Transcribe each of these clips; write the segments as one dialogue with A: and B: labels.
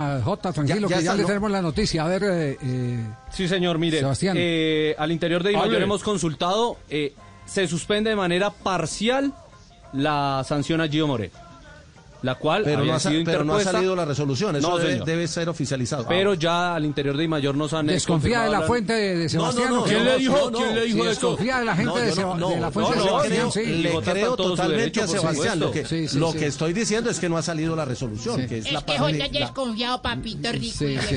A: Ah, Jota, tranquilo,
B: Ya- ya
A: que ya le
B: salió.
A: tenemos la noticia. A ver, eh, eh,
C: Sí, señor, mire.
A: Sebastián.
C: eh, al interior de Dimayor hemos consultado. eh, se suspende de manera parcial la sanción a Gio More. La cual
B: Pero
C: había
B: no, ha, sa-
C: sido
B: pero no ha
C: interpuesta,
B: salido la resolución, eso
C: No,
B: debe,
C: señor.
B: debe ser oficializado. Ah,
C: Pero ya al interior de Dimayor nos han. eh,
A: desconfía de
C: confirmado
A: la fuente de, de
B: No, no,
A: Sebastián.
B: no,
A: ¿o qué?
B: ¿Quién le dijo?
C: ¿Quién le
A: Si desconfía de la gente
B: No,
A: de,
B: yo no,
A: Seba-
B: no,
A: de la
B: no,
A: fuente
C: no,
A: de
C: no,
A: Sebastián,
C: creo-
A: sí.
C: le-
B: le
C: Bogotá
B: creo
C: está en todo su
B: totalmente
C: derecho,
B: a
C: por
B: Sebastián. Lo que,
C: supuesto.
A: Sí, sí,
B: lo
A: sí.
B: que estoy diciendo es que no ha salido la resolución, que es, la
D: Es que
B: parte-
D: Jota ya
B: la-
D: es confiado, papito rico.
A: Sí, sí.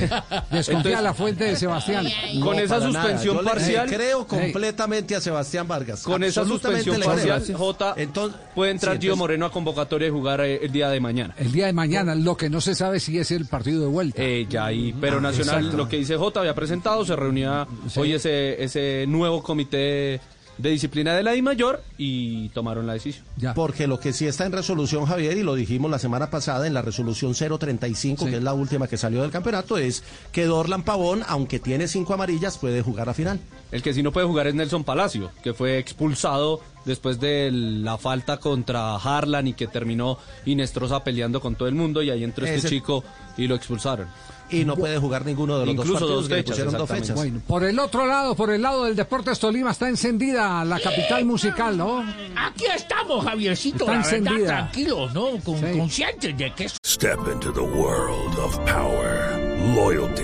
A: Desconfía de la fuente de Sebastián.
D: Ay,
C: Con
B: No,
C: esa
B: para nada.
C: suspensión
B: Yo le-
C: parcial-
B: le creo completamente a Sebastián Vargas.
C: Con esa
B: Absolutamente
C: suspensión
B: le creo.
C: parcial, J,
B: Entonces-
C: puede entrar
B: sí,
C: Gio
B: entonces- Ah.
C: Moreno a convocatoria y jugar eh, el día de mañana.
A: El día de mañana, lo que no se sabe si es el partido de vuelta.
C: Eh, ya ahí, pero
B: Ah,
C: Nacional,
A: exacto.
C: lo que dice J, había presentado, se reunía hoy ese, ese nuevo comité de disciplina de la DIMAYOR y tomaron la decisión.
A: Ya.
B: Porque lo que sí está en resolución, Javier, y lo dijimos la semana pasada en la resolución 035, que es la última que salió del campeonato, es que Dorlan Pavón, aunque tiene cinco amarillas, puede jugar a final.
C: El que sí no puede jugar es Nelson Palacio, que fue expulsado después de la falta contra Harlan y que terminó Inestrosa peleando con todo el mundo y ahí entró este
B: Ese-
C: chico y lo expulsaron.
B: Y no puede jugar ninguno de los
C: Incluso
B: dos
C: dos
B: partidos que le
C: fechas,
B: pusieron dos
C: exactamente.
B: fechas.
A: Bueno, por el otro lado, por el lado del Deportes Tolima, está encendida la capital musical, ¿no?
D: Aquí estamos, Javiercito,
A: Está
D: la verdad,
A: encendida.
D: tranquilos, ¿no? Con,
A: Sí.
D: Conscientes de que es
E: Step into the world of power, loyalty,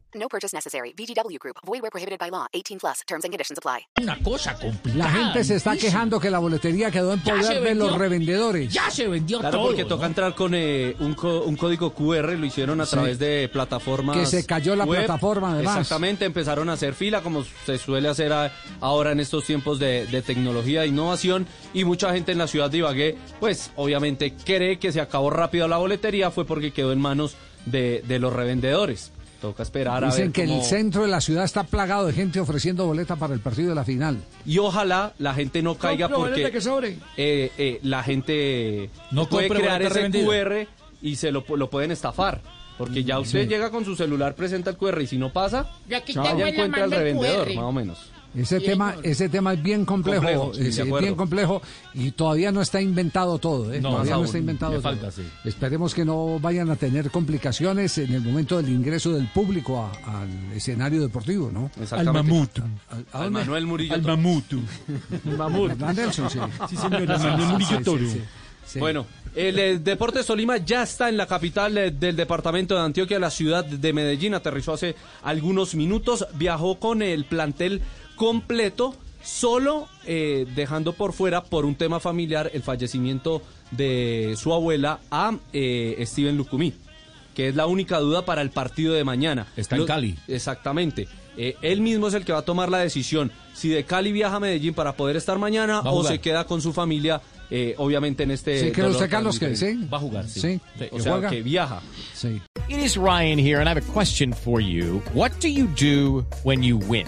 F: No purchase necessary. VGW Group. Void where prohibited by law. 18 plus. Terms and conditions apply.
D: una cosa
A: La
D: complicada.
A: gente se está
D: difícil.
A: quejando que la boletería quedó en
D: Ya se
A: poder de
D: vendió.
A: los revendedores.
D: Ya se vendió
C: Claro,
D: todo.
C: porque toca
D: ¿no?
C: entrar con eh, un, co- un código QR, lo hicieron a través de plataformas.
A: Que se cayó la
C: web.
A: plataforma, además.
C: Exactamente, empezaron a hacer fila, como se suele hacer a- ahora en estos tiempos de, de tecnología e innovación. Y mucha gente en la ciudad de Ibagué, pues obviamente cree que se acabó rápido la boletería, fue porque quedó en manos de, de los revendedores. Toca esperar a
A: Dicen
C: ver
A: que el
C: cómo-
A: centro de la ciudad está plagado de gente ofreciendo boleta para el partido de la final.
C: Y ojalá la gente no caiga
D: Compro
C: porque
D: boleta que sobre.
C: eh, eh, la gente
D: No
C: puede
D: compre
C: crear
D: boleta
C: ese
D: revendida.
C: QR y se lo, pu- lo pueden estafar. Porque ya usted llega con su celular, presenta el QR y si no pasa,
D: Y aquí
C: ya
D: tengo en la
C: encuentra al
D: mano el
C: revendedor,
D: QR.
C: más o menos.
A: Ese
D: Sí,
A: tema,
D: señor.
A: ese tema es bien complejo,
C: Complejo, sí,
A: es,
C: de
A: es
C: acuerdo.
A: bien complejo y todavía no está inventado todo, ¿eh?
D: No,
A: todavía
D: más
A: no
D: aún,
A: está inventado
D: le
A: todo.
D: falta, sí.
A: Esperemos que no vayan a tener complicaciones en el momento del ingreso del público a- al escenario deportivo, ¿no?
C: Exactamente.
A: ¿A, a
C: Al
A: dónde?
C: Manuel Murillo. Toro.
A: ¿Verdad, Nelson? Sí, sí, sí, sí, sí.
C: Bueno, el, eh, Deportes Tolima ya está en la capital eh, del departamento de Antioquia, la ciudad de Medellín. Aterrizó hace algunos minutos, viajó con el plantel completo, solo eh, dejando por fuera, por un tema familiar, el fallecimiento de su abuela a eh, Steven Lucumí, que es la única duda para el partido de mañana.
G: Está en Cali.
C: Exactamente. Eh, él mismo es el que va a tomar la decisión si de Cali viaja a Medellín para poder estar mañana
G: Va a
C: o
G: jugar.
C: se queda con su familia, eh, obviamente en este.
A: Sí, creo
C: dolor
A: usted,
C: tan
A: Carlos, que
C: diferente.
A: sí.
G: Va a jugar, sí.
A: Sí,
G: Sí,
C: O
A: ¿que
C: sea,
A: juega?
C: que viaja.
A: Sí.
H: It is Ryan here, and I have a question for you. What do you do when you win?